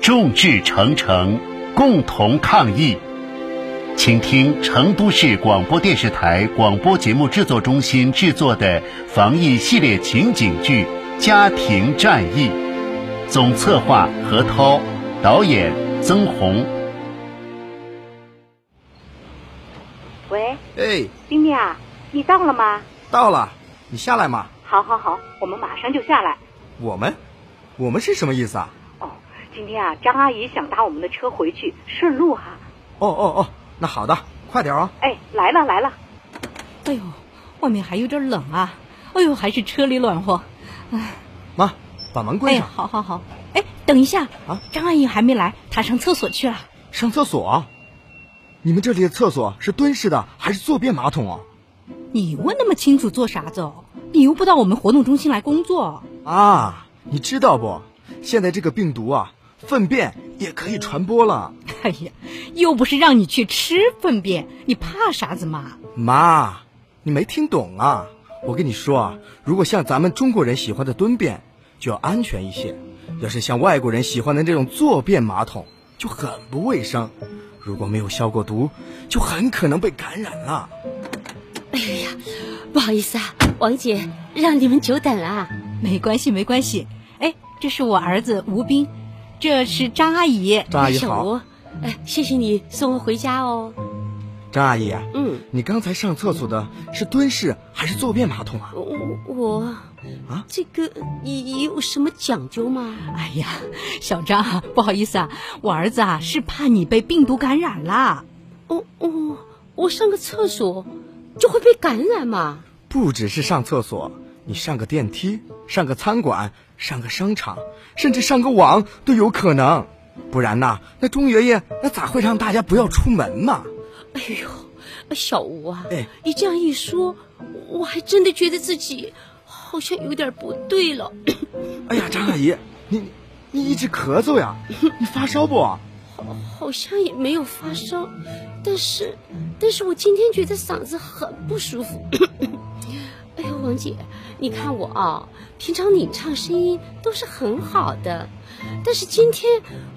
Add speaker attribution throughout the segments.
Speaker 1: 众志成城，共同抗疫。请听成都市广播电视台广播节目制作中心制作的防疫系列情景剧《家庭战役》，总策划何涛，导演曾红。
Speaker 2: 喂，
Speaker 3: 哎，
Speaker 2: 冰冰啊，你到了吗？
Speaker 3: 到了，你下来嘛。
Speaker 2: 好，好，好，我们马上就下来。
Speaker 3: 我们，我们是什么意思啊？
Speaker 2: 哦，今天啊，张阿姨想搭我们的车回去，顺路哈、
Speaker 3: 哦哦哦，那好的，快点啊！
Speaker 2: 哎，来了，来了。
Speaker 4: 哎呦，外面还有点冷啊！哎呦，还是车里暖和。
Speaker 3: 妈，把门
Speaker 4: 哎
Speaker 3: 关
Speaker 4: 呀
Speaker 3: 上，，
Speaker 4: 好好好。哎，等一下
Speaker 3: 啊
Speaker 4: 张阿姨还没来，她上厕所去了。
Speaker 3: 上厕所。啊你们这里的厕所是蹲式的还是坐便马桶啊？
Speaker 4: 你问那么清楚做啥子哦？你又不到我们活动中心来工作。
Speaker 3: 啊，你知道不？现在这个病毒啊，粪便也可以传播了。
Speaker 4: 哎呀，又不是让你去吃粪便，你怕啥子嘛？
Speaker 3: 妈，你没听懂啊！我跟你说啊，如果像咱们中国人喜欢的蹲便，就要安全一些；要是像外国人喜欢的这种坐便马桶，就很不卫生。如果没有消过毒，就很可能被感染了。
Speaker 5: 不好意思啊，王姐，让你们久等了啊。
Speaker 4: 没关系，没关系。哎，这是我儿子吴斌，这是张阿姨。
Speaker 3: 张阿姨
Speaker 5: 小
Speaker 3: 好，
Speaker 5: 吴，哎，谢谢你送我回家哦。
Speaker 3: 张阿姨啊，
Speaker 5: 嗯，
Speaker 3: 你刚才上厕所的是蹲式还是坐便马桶啊？
Speaker 5: 我我
Speaker 3: 啊
Speaker 5: 这个你有什么讲究吗？
Speaker 4: 哎呀，小张啊，不好意思啊，我儿子啊是怕你被病毒感染啦。
Speaker 5: 哦哦，我上个厕所就会被感染嘛。
Speaker 3: 不只是上厕所，你上个电梯、上个餐馆、上个商场，甚至上个网都有可能。不然呐、那钟爷爷那咋会让大家不要出门嘛？
Speaker 5: 哎呦，小吴啊，
Speaker 3: 哎
Speaker 5: 你这样一说，我还真的觉得自己好像有点不对了，
Speaker 3: 哎呀，张阿姨，你你一直咳嗽呀？你发烧不？
Speaker 5: 好像也没有发烧，但是，但是我今天觉得嗓子很不舒服。 哎呦，王姐，你看我啊，平常你唱声音都是很好的，但是今天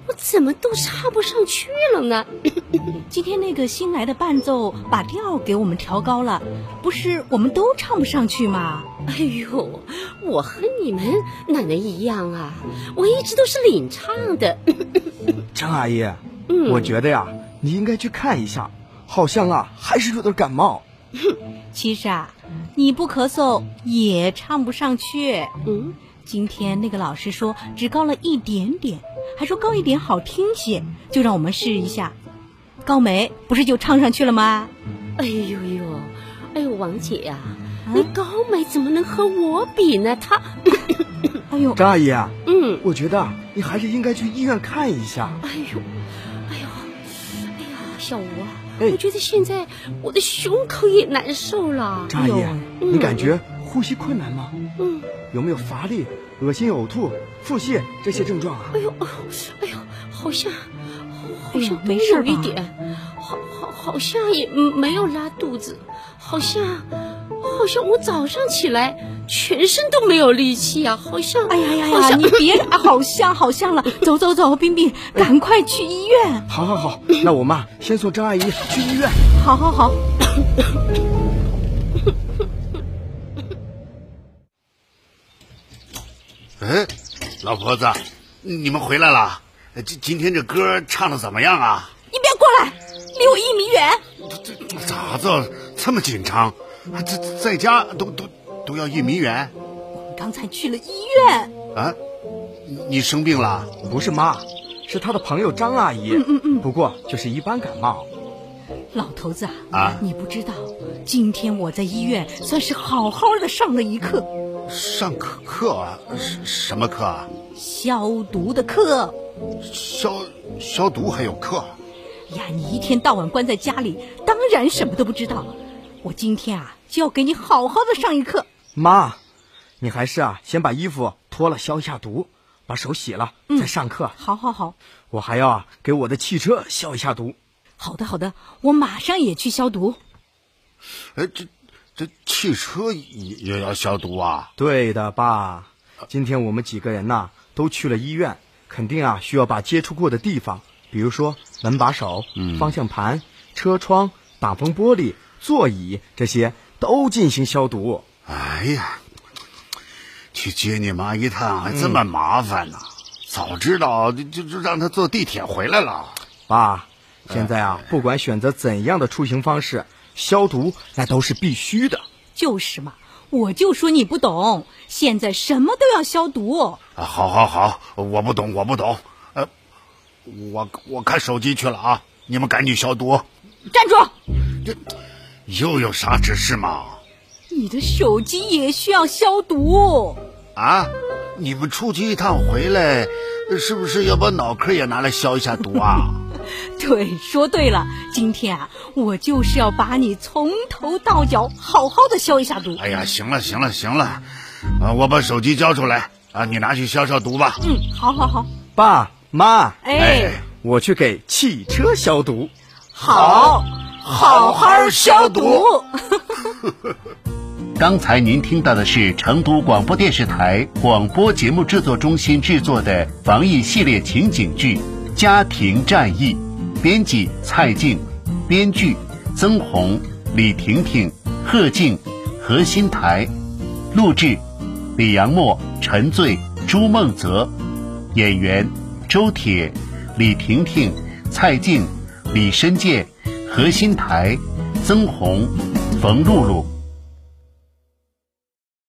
Speaker 5: 我怎么都插不上去了呢？
Speaker 4: 今天那个新来的伴奏把调给我们调高了，不是我们都唱不上去吗？
Speaker 5: 哎呦，我和你们哪能一样啊？我一直都是领唱的。
Speaker 3: 张阿姨，
Speaker 5: 嗯
Speaker 3: 我觉得呀，你应该去看一下，好像啊还是有点感冒。
Speaker 4: 其实啊，你不咳嗽也唱不上去。
Speaker 5: 嗯，
Speaker 4: 今天那个老师说只高了一点点，还说高一点好听些，就让我们试一下。高梅不是就唱上去了吗？
Speaker 5: 哎呦呦，哎呦，王姐呀、
Speaker 4: 啊
Speaker 5: 你高美怎么能和我比呢？她，
Speaker 4: 哎呦，
Speaker 3: 张阿姨啊，
Speaker 5: 嗯。
Speaker 3: 我觉得啊你还是应该去医院看一下。
Speaker 5: 哎呦，哎呦，哎呀，小吴啊，
Speaker 3: 哎
Speaker 5: 我觉得现在我的胸口也难受了。
Speaker 3: 张阿姨，
Speaker 5: 嗯
Speaker 3: 啊你感觉呼吸困难吗？
Speaker 5: 嗯，
Speaker 3: 有没有乏力、恶心、呕吐、腹泻这些症状啊？
Speaker 5: 哎呦，哎呦，哎呦，好像，好像
Speaker 4: 哎呦没事
Speaker 5: 有
Speaker 4: 吧
Speaker 5: 一点，好好好像也没有拉肚子，好像，好像我早上起来全身都没有力气啊，好像，
Speaker 4: 哎呀呀
Speaker 5: 好
Speaker 4: 呀！
Speaker 5: 像
Speaker 4: 你别，啊好像好像了，走走走，冰冰，赶快去医院。
Speaker 3: 好好好，那我妈先送张阿姨去医院。
Speaker 4: 好好好，
Speaker 1: 嗯，老婆子，你们回来了。呃今今天这歌唱的怎么样啊？
Speaker 4: 你别过来，离我一米远。
Speaker 1: 这这咋子这么紧张？这这在家都都都要一米远
Speaker 4: 刚才去了医院。
Speaker 1: 啊？你你生病了？
Speaker 3: 不是妈，是她的朋友张阿姨。嗯嗯嗯。不过就是一般感冒。
Speaker 4: 老头子啊，
Speaker 1: 啊
Speaker 4: 你不知道，今天我在医院算是好好的上了一课，
Speaker 1: 上课课啊？什什么课啊？
Speaker 4: 消毒的课。
Speaker 1: 消消毒还有课？啊
Speaker 4: 哎呀，你一天到晚关在家里，当然什么都不知道。我今天啊，就要给你好好的上一课。
Speaker 3: 妈，你还是啊，先把衣服脱了消一下毒，把手洗了、再上课。
Speaker 4: 好好好，
Speaker 3: 我还要啊，给我的汽车消一下毒。
Speaker 4: 好的好的，我马上也去消毒。
Speaker 1: 哎，这这汽车也也要消毒啊？
Speaker 3: 对的，爸。今天我们几个人呐、都去了医院，肯定啊需要把接触过的地方，比如说门把手、
Speaker 1: 嗯
Speaker 3: 方向盘、车窗、挡风玻璃、座椅这些都进行消毒。
Speaker 1: 哎呀，去接你妈一趟还这么麻烦呢、早知道就就就让她坐地铁回来了。
Speaker 3: 爸，现在啊，不管选择怎样的出行方式，消毒那都是必须的。
Speaker 4: 就是嘛，我就说你不懂，现在什么都要消毒。
Speaker 1: 啊，好好好，我不懂，我不懂。呃，我我看手机去了啊，你们赶紧消毒。
Speaker 4: 站住！
Speaker 1: 又有啥指示吗？
Speaker 4: 你的手机也需要消毒。
Speaker 1: 啊，你们出去一趟回来，是不是要把脑壳也拿来消一下毒啊？
Speaker 4: 对，说对了，今天啊，我就是要把你从头到脚好好的消一下毒。
Speaker 1: 哎呀，行了行了行了，啊，我把手机交出来啊，你拿去消消毒吧。
Speaker 4: 嗯，好好好，
Speaker 3: 爸妈，
Speaker 4: 哎，
Speaker 3: 我去给汽车消毒。
Speaker 4: 好，好好消毒。
Speaker 1: 刚才您听到的是成都广播电视台广播节目制作中心制作的防疫系列情景剧《家庭战役》，编辑蔡静，编剧曾红、李婷婷、贺静、何新台，录制李阳墨、陈醉、朱梦泽，演员周铁、李婷婷、蔡静、李申健、何新台、曾红、冯露露。